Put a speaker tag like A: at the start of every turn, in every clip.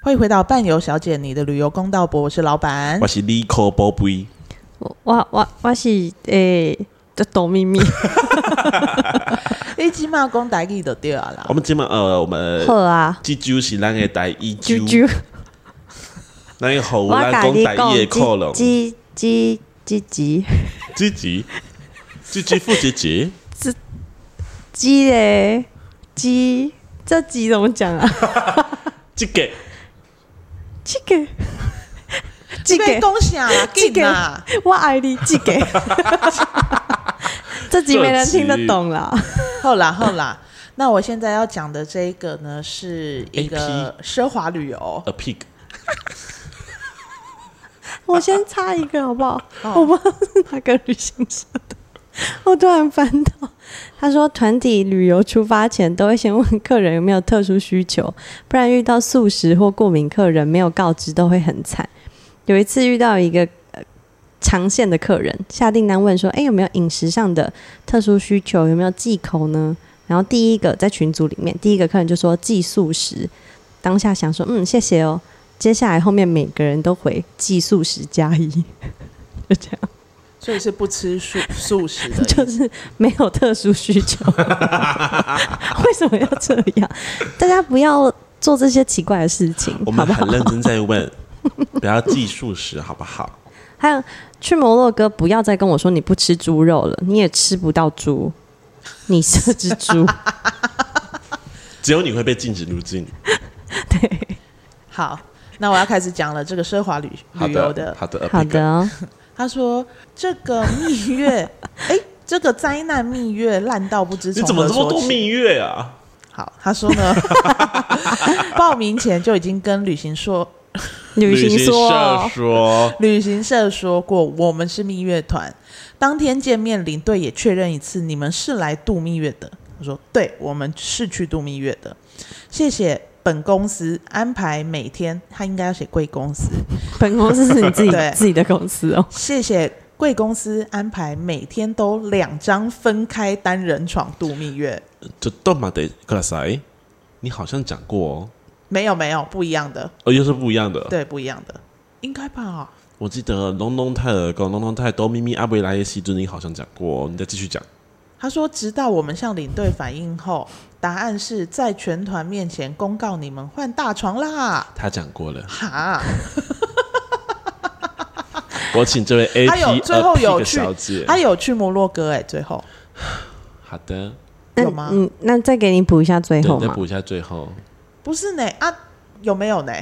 A: 欢迎回到伴游小姐，你的旅游公道博，我是老板
B: 我。是 Nico Bobby，
C: 我我我我是诶，这、懂 秘密。
A: 你起码讲台语就对了啦
B: 我。们今晚呃，我们
C: 好啊，
B: 这就是咱的第一
C: 啾
B: 周，
C: 啾，
B: 咱的好
C: 我
B: 咱
C: 甲
B: 讲
C: 你
B: 第一的可
C: 讲，
B: 能，
C: 几几几几
B: 这集，这集复习集，
C: 几嘞几，这几怎么讲啊？
B: 这个
C: 这个这
A: 你在
C: 个，
A: 讲啥啦？
C: 这
A: 这
C: 个
A: 个啦，
C: 我爱你这个。 这集没人听得懂啦，
A: 好啦好啦。那我现在要讲的这一个呢，是一
B: AP
A: 个奢华旅游。
B: a pig，
C: 我先插一个好不好？我不知道是哪个旅行社的， 我突然翻到他说，团体旅游出发前都会先问客人有没有特殊需求，不然遇到素食或过敏客人没有告知都会很惨。有一次遇到一个。呃长线的客人下订单问说：“哎、有没有饮食上的特殊需求？有没有忌口呢？”然后第一个在群组里面，第一个客人就说忌素食。当下想说：“嗯，谢谢哦。”接下来后面每个人都回寄素食加一，就这样，
A: 所以是不吃素素食的 意思，
C: 就是没有特殊需求。为什么要这样？大家不要做这些奇怪的事情，
B: 我
C: 好
B: 们
C: 不
B: 很
C: 好？
B: 认真在问， 不要记数时好不好？
C: 还有去摩洛哥，不要再跟我说你不吃猪肉了，你也吃不到猪，你是只猪。
B: 只有你会被禁止入境。
C: 对，
A: 好。那我要开始讲了，这个奢华旅
B: 好
A: 旅游
B: 的
A: 的，
B: 好的，
C: 好的。哦，
A: 他说这个蜜月， 哎、这个灾难蜜月烂到不知
B: 你
A: 从
B: 怎么
A: 何
B: 这么
A: 说
B: 多
A: 起
B: 蜜月啊？
A: 好，他说呢， 报名前就已经跟旅行说
C: 旅行
B: 社
C: 说哦
B: 说，
A: 旅行社说过，我们是蜜月团。当天见面，领队也确认一次，你们是来度蜜月的。我说，对，我们是去度蜜月的。谢谢本公司安排每天，他应该要写贵公司。
C: 本公司是你自 己
A: 对
C: 自己的公司哦。
A: 谢谢贵公司安排每天都两张分开单人床度蜜月。
B: 就都嘛得过来你好像讲过哦，
A: 没有没有，不一样的，
B: 哦，又是不一样的。
A: 对，不一样的，应该吧。
B: 我记得龙龙泰尔跟龙龙泰都咪咪阿维来的西尊，你好像讲过哦，你再继续讲。
A: 他说：“直到我们向领队反映后，答案是在全团面前公告你们换大床啦。
B: 他讲 过了”，
A: 哈，
B: 我请这位 A
A: 他
B: P
A: 有最后有去
B: 小姐。
A: 他有去摩洛哥哎、最后
B: 好的，
C: 那
A: 有吗
C: 嗯，那再给你补一下最后
B: 对，再
C: 嘛。
B: 补一下最后。
A: 不是呢啊，有没有呢？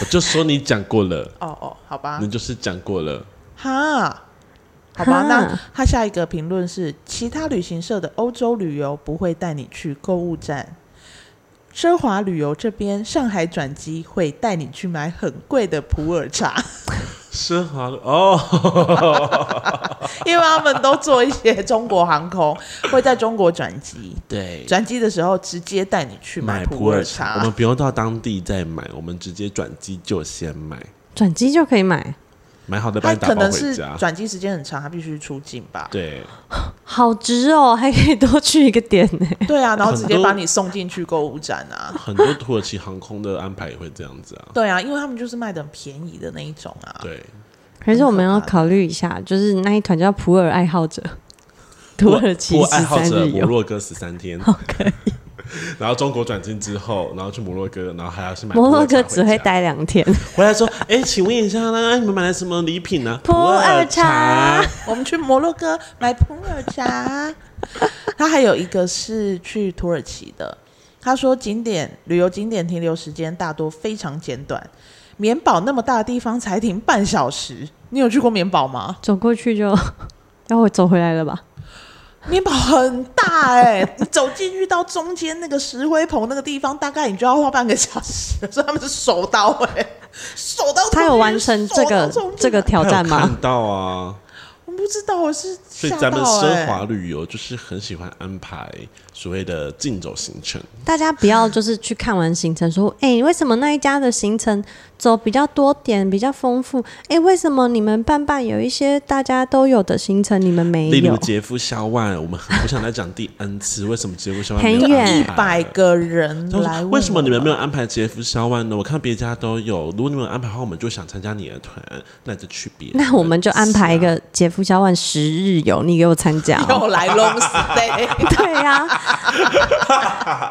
B: 我就说你讲过了，
A: 哦哦，好吧
B: 你，就是讲过了。
A: 哈，好吧，
C: 哈
A: 那他下一个评论是：其他旅行社的欧洲旅游不会带你去购物站。奢华旅游这边，上海转机会带你去买很贵的普洱茶，
B: 奢华的哦，
A: 因为他们都做一些中国航空会在中国转机。
B: 对，
A: 转机的时候直接带你去
B: 买
A: 普
B: 普洱
A: 茶。
B: 茶，我们不用到当地再买，我们直接转机就先买，
C: 转机就可以买，
B: 买好的把
A: 他
B: 你打
A: 可
B: 包
A: 能
B: 回
A: 是
B: 家。
A: 转机时间很长，他必须出境吧？
B: 对，
C: 好值哦，还可以多去一个点呢。
A: 对啊，然后直接
B: 很多
A: 把你送进去购物站啊。
B: 很多土耳其航空的安排也会这样子啊。
A: 对啊，因为他们就是卖的很便宜的那一种啊。
B: 对，
C: 可是我们要
A: 很可怕
C: 考虑一下，就是那一团叫普洱爱好者，土耳 其
B: 我
C: 十
B: 爱好
C: 三哦
B: 者
C: 日
B: 摩
C: 游。
B: 洛哥十三天， 然后中国转进之后，然后去摩洛哥，然后还要去买
C: 摩洛
B: 普洱
C: 哥
B: 茶
C: 只
B: 回
C: 会
B: 家
C: 待两天，
B: 回来说，哎，请问一下呢，你们买了什么礼品呢？
C: 普洱茶
B: 茶。
A: 我们去摩洛哥买普洱茶。他还有一个是去土耳其的，他说景点旅游景点停留时间大多非常简短，棉堡那么大的地方才停半小时。你有去过棉堡吗？
C: 走过去就 要我走回来了吧？
A: 面包很大哎、你走进去到中间那个石灰棚那个地方，大概你就要花半个小时，所以他们是手刀哎、手刀冲进去。
C: 他有完成这个
A: 手刀冲进来
C: 这个挑
B: 他
C: 战
B: 有
C: 吗？
B: 看到啊，
A: 我不知道，我是
B: 所以
A: 吓
B: 咱们
A: 到
B: 奢
A: 欸
B: 华旅游就是很喜欢安排 所谓的竞走行程，
C: 大家不要就是去看完行程说，哎、为什么那一家的行程走比较多点，比较丰富？哎、为什么你们办办有一些大家都有的行程，你们没
B: 例如
C: 有？
B: 杰夫校外，我们很不想再讲第 N 次，为什么杰夫校外
C: 很
B: 没有
C: 远
B: 安
A: 一
B: 排
A: 百个人
B: 他说
A: 来问我，
B: 为什么你们没有安排杰夫校外呢？我看别家都有，如果你们有安排的话，我们就想参加你的团，那就去别人的家。
C: 那我们就安排一个杰夫交换十日游，你给我参加 哦、
A: 又来 long stay？
C: 对呀、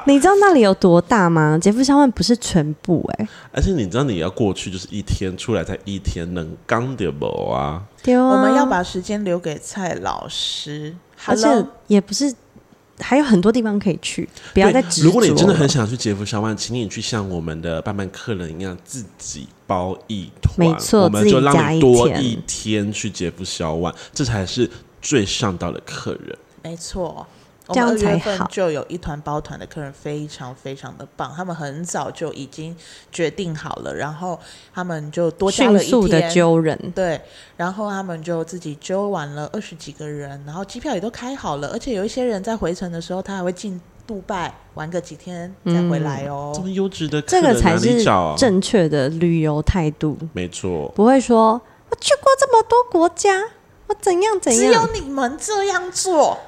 C: 你知道那里有多大吗？杰夫交换不是全部哎、
B: 啊而且你知道你要过去就是一天，出来才一天，能刚点不啊？
C: 对啊，
A: 我们要把时间留给蔡老师。
C: 而
A: Hello，
C: 且也不是，还有很多地方可以去，不要再
B: 对
C: 执着
B: 如
C: 了。
B: 果你真的很想去杰夫校外，请你去像我们的办办客人一样，自己包一团，
C: 没错
B: 我们就
C: 自己加
B: 让
C: 一
B: 你多
C: 天
B: 一天去杰夫校外，这才是最上道的客人。
A: 没错，我
C: 这
A: 们
C: 样
A: 二月
C: 才
A: 份
C: 好
A: 就有一团包团的客人，非常非常的棒，他们很早就已经决定好了，然后他们就多加
C: 迅
A: 了一
C: 速的
A: 天。
C: 揪人，
A: 对，然后他们就自己揪完了二十几个人，然后机票也都开好了，而且有一些人在回程的时候，他还会进杜拜玩个几天再回来哦。
C: 嗯
B: 这么优质的客
C: 这
B: 人
C: 个才
B: 哪里
C: 是
B: 找啊？
C: 正确的旅游态度，
B: 没错，
C: 不会说我去过这么多国家，我怎样怎
A: 只有
C: 样，
A: 你们这样做，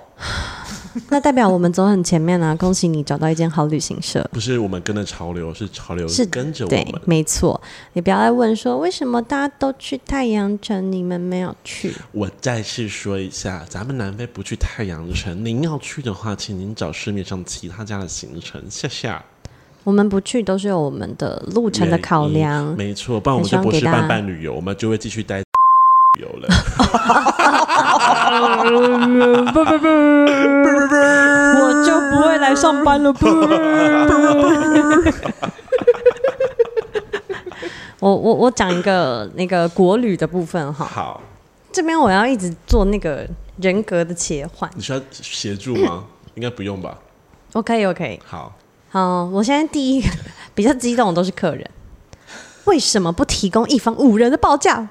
C: 那代表我们走很前面啊！恭喜你找到一间好旅行社。
B: 不是我们跟着潮流，是潮流
C: 是
B: 跟着我
C: 对
B: 们，。
C: 没错，你不要再问说为什么大家都去太阳城，你们没有去。
B: 我再次说一下，咱们南非不去太阳城，您要去的话，请您找市面上其他家的行程，谢啊谢。
C: 我们不去都是有我们的路程的考量。
B: 嗯没错，不然我们就不是伴伴旅游，我们就会继续待旅游了。
C: 不不不， 我就不会来上班了。不， 我我我讲一个那个国旅的部分哈，
B: 好，
C: 这边我要一直做那个人格的切换。
B: 你需要协助吗？应该不用吧。
C: 我可以，我可以。
B: 好，
C: 好，我现在第一个比较激动的都是客人，为什么不提供一方五人的报价？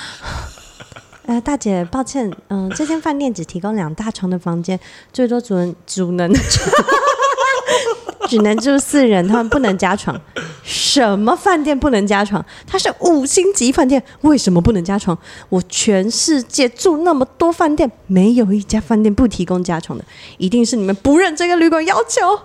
C: 呃，大姐，抱歉，嗯、这间饭店只提供两大床的房间，最多主人主能 只能住四人，他们不能加床。什么饭店不能加床？它是五星级饭店，为什么不能加床？我全世界住那么多饭店，没有一家饭店不提供加床的，一定是你们不认真跟旅馆要求。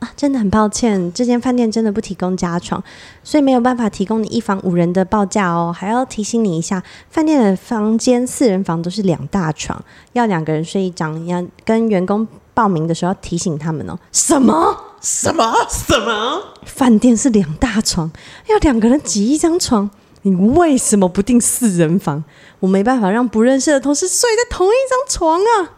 C: 啊，真的很抱歉，这间饭店真的不提供加床，所以没有办法提供你一房五人的报价哦。还要提醒你一下，饭店的房间四人房都是两大床，要两个人睡一张。要跟员工报名的时候要提醒他们哦。什么？
A: 什么什么？
C: 饭店是两大床，要两个人挤一张床，你为什么不订四人房？我没办法让不认识的同事睡在同一张床啊。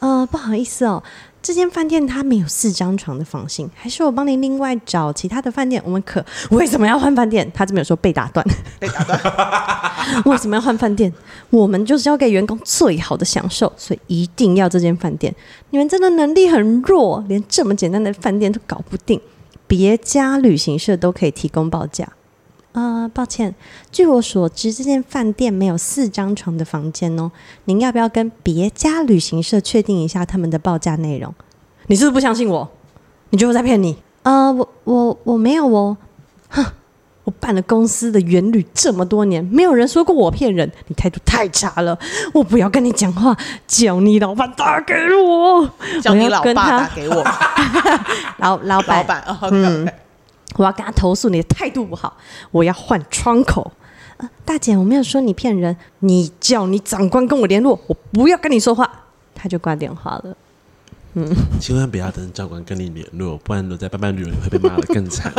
C: 呃，不好意思哦，这间饭店它没有四张床的房型，还是我帮您另外找其他的饭店。我们可为什么要换饭店？他这边有说被打断，
A: 被打断，
C: 为什么要换饭店？我们就是要给员工最好的享受，所以一定要这间饭店。你们真的能力很弱，连这么简单的饭店都搞不定，别家旅行社都可以提供报价。呃，抱歉，据我所知，这间饭店没有四张床的房间哦。您要不要跟别家旅行社确定一下他们的报价内容？你是不是不相信我？你觉得我在骗你？呃，我我我没有哦。我办了公司的元旅这么多年，没有人说过我骗人，你态度太差了，我不要跟你讲话，叫你老板打给我，
A: 叫
C: 我
A: 你
C: 要
A: 老
C: 跟
A: 爸
C: 他嗯
A: 打给我，
C: 老 老
A: 老
C: 板，
A: 板。 哦 OK，OK
C: 我要跟他投诉你的态度不好，我要换窗口。呃大姐，我没有说你骗人，你叫你长官跟我联络，我不要跟你说话，他就挂电话 了。
B: 千万不要等长官跟你联络，不然你在伴伴旅游你会被骂的更惨。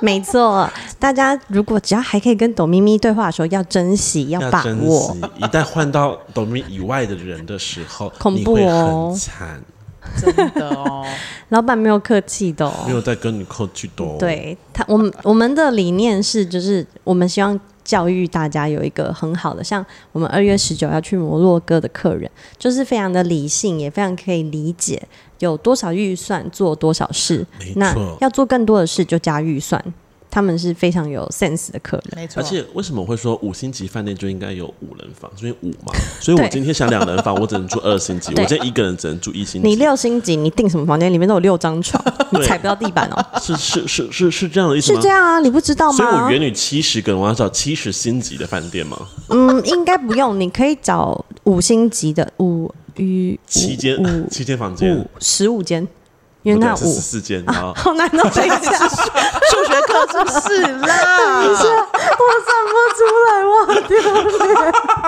C: 没错，大家如果只要还可以跟董咪咪对话的时候，要珍惜，要把
B: 珍
C: 握
B: 惜。，一旦换到董明以外的人的时候，
C: 恐怖
B: 你
C: 哦
B: 会很惨，
A: 真的哦，
C: 老板没有客气的、
B: 没
C: 哦，
B: 有在跟你扣去多。，
C: 对他，我们我们的理念是，就是我们希望教育大家有一个很好的，像我们二月十九要去摩洛哥的客人，就是非常的理性，也非常可以理解有多少预算做多少事
B: 没，
C: 那
B: 错
C: 要做更多的事就加预算。他们是非常有 sense 的客人。
A: 没错，
B: 而且为什么会说五星级饭店就应该有五人房？因为五嘛，所以我今天想两人房，我只能住二星级；
C: 对
B: 我今天一个人只能住一星级。
C: 你六星级，你订什么房间？里面都有六 张床，你
B: 对
C: 踩不到地 板哦。
B: 是是是是是这样的意思
C: 是
B: 吗？
C: 这样啊，你不知道
B: 所以我
C: 吗？
B: 原女七十个人，我要找七十星级的饭店吗？
C: 嗯，应该不用，你可以找五星级的五与
B: 七间
C: 五
B: 七间房间
C: 五，十五间，因为那
B: 十啊
C: 五
B: 四 间，然后
C: 好难哦，这一 下
A: 数学课是不是啦？
C: 啊我算不出来哇！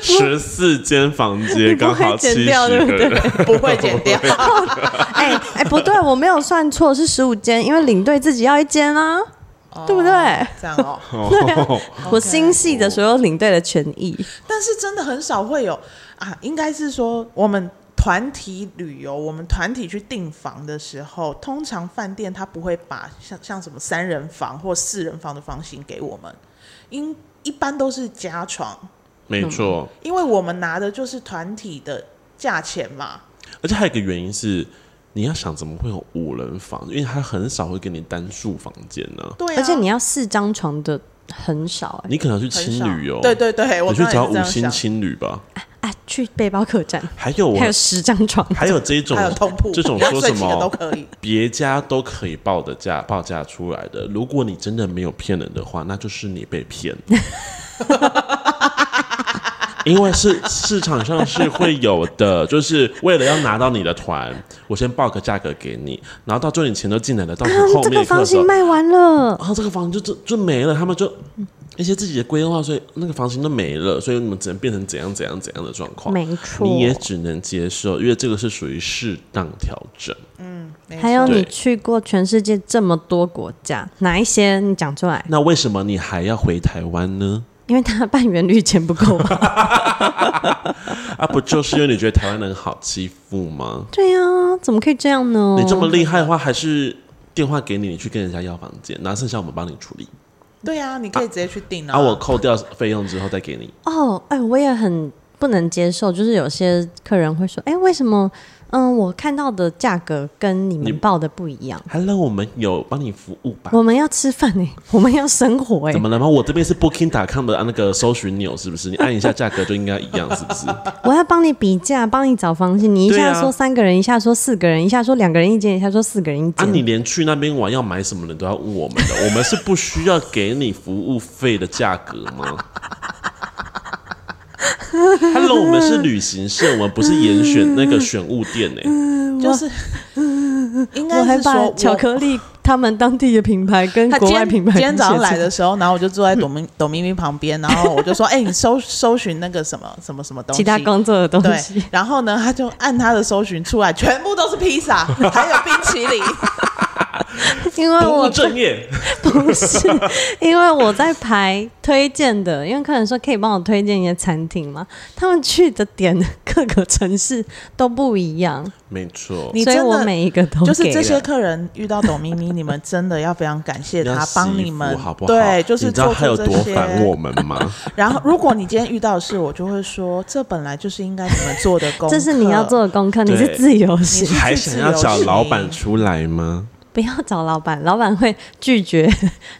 B: 十四间房
C: 你
B: 间
C: 不会
B: 刚好
C: 剪
B: 七十
C: 掉对
B: 个
C: 不对
B: 人，
A: 不会减掉，
C: 哎哎，不对，我没有算错，是十五间，因为领队自己要一间啊。对不对
A: 哦这样 哦，
B: 哦，
C: 我心系着所有领队的权益，
A: 但是真的很少会有啊，应该是说我们团体旅游，我们团体去订房的时候，通常饭店他不会把像像什么三人房或四人房的房型给我们，因一般都是加床，
B: 没
C: 嗯
B: 错。
A: 因为我们拿的就是团体的价钱嘛。
B: 而且还有一个原因是，你要想怎么会有五人房，因为他很少会给你单数房间呢、
A: 对、啊，
C: 而且你要四张床的很少哎、
B: 你可能要去
A: 很
B: 青
A: 少
B: 旅游，
A: 对对对，我
B: 你去
A: 刚才
B: 找
A: 也是这
B: 五
A: 样
B: 星
A: 想
B: 青旅吧。
C: 啊，去背包客栈
B: 还有我
C: 还有十张床，
B: 还有这种
A: 还有通铺
B: 这种
A: 有
B: 说
A: 睡
B: 什
A: 几个都
B: 么
A: 可以。
B: 别家都可以报的价报价出来的，如果你真的没有骗人的话，那就是你被 骗。因为是市场上是会有的， 就是为了要拿到你的团，我先报个价格给你，然后到最后你钱都进来了，到你 后
C: 这
B: 面
C: 个
B: 的课
C: 房
B: 的时候
C: 型，卖完了，
B: 然啊后这个房就就就没了，他们就一些自己的规划，所以那个房型都没了，所以你们只能变成怎样怎样怎样的状况，
C: 没错。
B: 哦你也只能接受，因为这个是属于适当调整。
A: 没
C: 还有
A: 错
C: 你
B: 对
C: 去过全世界这么多国家，哪一些你讲出来？
B: 那为什么你还要回台湾呢？
C: 因为他办元旅钱不够 啊。
B: 啊，不就是因为你觉得台湾人好欺负吗？
C: 对呀、怎么可以这样呢？
B: 你这么厉害的话，还是电话给你，你去跟人家要房间，然后剩下我们帮你处理。
A: 对啊，你可以直接去订
B: 啊，我扣掉费用之后再给你。
C: 哦，哎，我也很不能接受，就是有些客人会说，哎，为什么？嗯，我看到的价格跟你
B: 你
C: 们报的不一样。
B: Hello，我们有帮你服务吧？
C: 我们要吃饭哎、 我们要生活哎、
B: 怎么了吗？我这边是 Booking.com 的啊那个搜寻钮，是不是？你按一下价格就应该一样，是不是？啊
C: 我要帮你比价，帮你找房型。你一
B: 对
C: 下
B: 啊
C: 说三个人，一下说四个人，一下说两个人一间，一下说四个人一
B: 啊，
C: 间。
B: 你连去那边玩要买什么的都要问我们的，我们是不需要给你服务费的价格 吗？Hello，我们是旅行社，我们不是严选那个选物店 呢、
A: 嗯就是应
C: 我
A: 该
C: 还
A: 是说
C: 把
A: 我
C: 巧克力他们当地的品牌跟
A: 他
C: 国
A: 今
C: 外
A: 天
C: 品牌
A: 今天早上
C: 拼起
A: 来的时候，然后我就坐在董明 董明明旁边，然后我就说：“哎、你搜搜寻那个什么什么什么东西。”
C: 其他工作的东
A: 对
C: 西，，
A: 然后呢，他就按他的搜寻出来，全部都是披 萨，还有冰淇淋。
C: 啊因为
B: 不务
C: 我
B: 正业，
C: 不是，因为我在排推荐的，因为客人说可以帮我推荐一些餐厅嘛，他们去的点各个城市都不一样，
B: 没错。
A: 你
C: 所
A: 真
C: 以
A: 的
C: 我每一个都
A: 就是
C: 给
A: 这些
C: 了
A: 客人遇到董咪咪，你们真的要非常感谢
B: 要
A: 他
B: 洗
A: 帮你
B: 衣服
A: 们，
B: 好不好？
A: 对，就是
B: 你知道
A: 做
B: 他
A: 出
B: 有
A: 这
B: 多烦我
A: 些。
B: 们吗？
A: 然后，如果你今天遇到的事，我就会说，这本来就是应该你们做的功课，
C: 这是你要做的功课，你
B: 对
C: 是自由行，
A: 你是
B: 还想要找老板出 来吗？
C: 不要找老板，老板会拒绝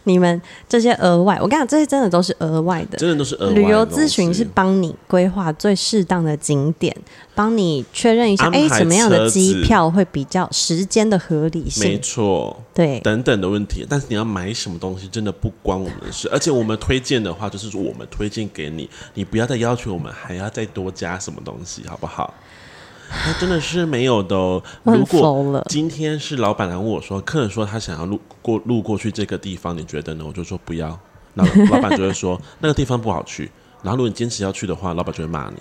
C: 你们这些额外。我跟你讲，这些真的都是额外的。
B: 真的都是额外的
C: 旅游
B: 东西
C: 咨询是帮你规划最适当的景点，帮你确认一下，
B: 安
C: 哎，
B: 排
C: 什么样的
B: 车
C: 机
B: 子
C: 票会比较时间的合理
B: 没
C: 性？
B: 错。
C: 对，
B: 等等的问题，但是你要买什么东西，真的不关我们的 事。而且我们推荐的话，就是我们推荐给你，你不要再要求我们还要再多加什么东西，好不好？那真的是没有的哦。
C: 我很
B: 如果
C: 佛了
B: 今天是老板来问我说，客人说他想要路过路过去这个地方，你觉得呢？我就说不要。然后老板就会说 那个地方不好去。然后如果你坚持要去的话，老板就会骂你。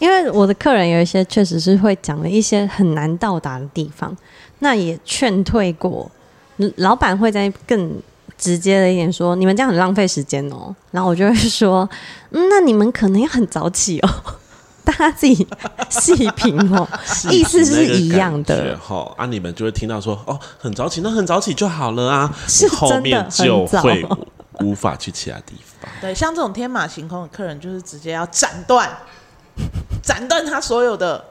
C: 因为我的客人有一些确实是会讲了一些很难到达的地方，那也劝退过，嗯老板会在更直接的一点说，你们这样很浪费时间哦。然后我就会说，嗯，那你们可能要很早起哦，大家自己细品 哦。意思是一样的，
B: 哈啊，你们就会听到说哦，很早起，那很早起就好了啊，
C: 是
B: 后面
C: 真的
B: 就
C: 很早
B: 会无无法去其他地方。
A: 对，像这种天马行空的客人，就是直接要斩断，斩断他所有的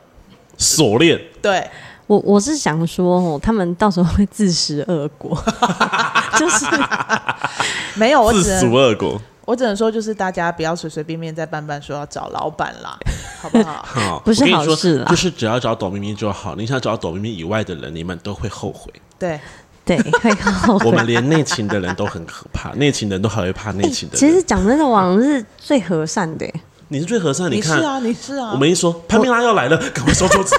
B: 锁链
A: 对。
C: 我我是想说哦，他们到时候会自食恶 果，就是
A: 没有，我
B: 自
A: 只
B: 俗
A: 能
B: 恶果。
A: 我只能说，就是大家不要随随便便在办办说要找老板 啦，好不好？
B: 好，
C: 不是
B: 啊我跟
C: 好
B: 你说
C: 事啊啦
B: 就是只要找董明明就好。你想找董明明以外的人，你们都会后悔。
A: 对，
C: 对，啊会后
B: 我
C: 悔。
B: 们连内勤的人都很可怕， 内勤的人都还会怕内勤的人。
C: 哎其实讲真的，网是最和善的耶，
B: 你是最和善，
A: 你是
B: 看，
A: 啊，你是啊，
B: 我们一说潘蜜拉要来了， 赶快收桌子，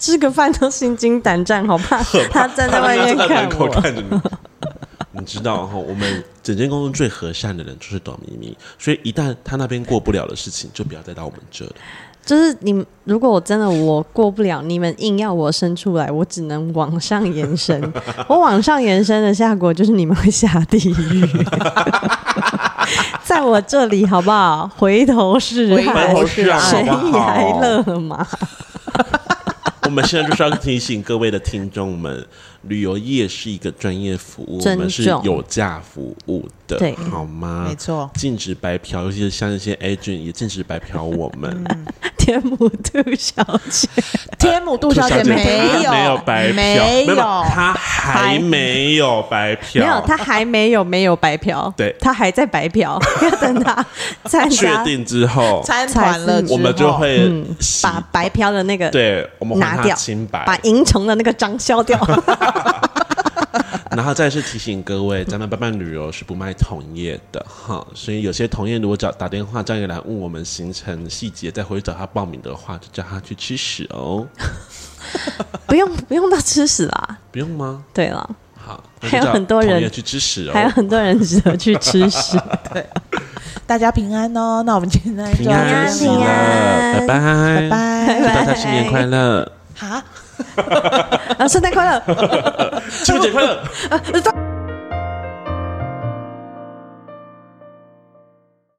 C: 吃个饭都心惊胆战，好怕他站在外面
B: 潘蜜拉站在
C: 看
B: 门口
C: 我。
B: 看着你。你知道哈，我们整间公司最和善的人就是董明明，所以一旦他那边过不了的事情，就不要再到我们这里。
C: 就是你们，如果我真的我过不了，你们硬要我伸出来，我只能往上 延伸。我往上延伸的下果就是你们会下地狱。 在我这里好不好？回头哎是啊
A: 回
C: 岸
A: 头是岸
C: 悬
B: 好不 好
C: 崖勒马。
B: 我们现在就是要提醒各位的听众们，旅游业是一个专业服务，我
C: 尊重
B: 们是有价服务的，
C: 对
B: 好吗？
A: 没错
B: 禁止白嫖，尤其是像一些 agent 也禁止白嫖我们。
A: 嗯
C: 天母兔小 姐，
A: 天母杜小姐
B: 杜
A: 没有
B: 她没有白嫖，
A: 没有，
B: 她还没有白嫖，
C: 没有，她还没有没有白嫖，
B: 对
C: 她还在白嫖，要等她参
B: 确
C: 加
B: 定之后，
A: 参团了之后，
B: 我们就会洗
C: 嗯把白嫖的那个
B: 对，我们还
C: 拿
B: 她
C: 掉
B: 清白，
C: 把银城的那个章消掉。
B: 然后再是提醒各位，咱们伴伴旅游是不卖同业的哈，所以有些同业如果找打电话叫你来问我们行程细节，再回去找他报名的话，就叫他去吃屎哦，
C: 不用不用到吃屎啦。
B: 不用吗？
C: 对了，
B: 好，
C: 还有很多
B: 那
C: 人
B: 就叫同业去吃屎
C: 还有
B: 哦。
C: 很多人值得去吃屎。
A: 大家平安哦。那我们今天就
B: 平安
A: 到这
B: 喜
A: 里
B: 乐，
C: 平
A: 了
B: 拜拜
C: 安
A: 拜，拜。
B: 祝大家新年快乐，
A: 好。
C: 啊，圣诞快乐！
B: 清明节快乐。
C: 啊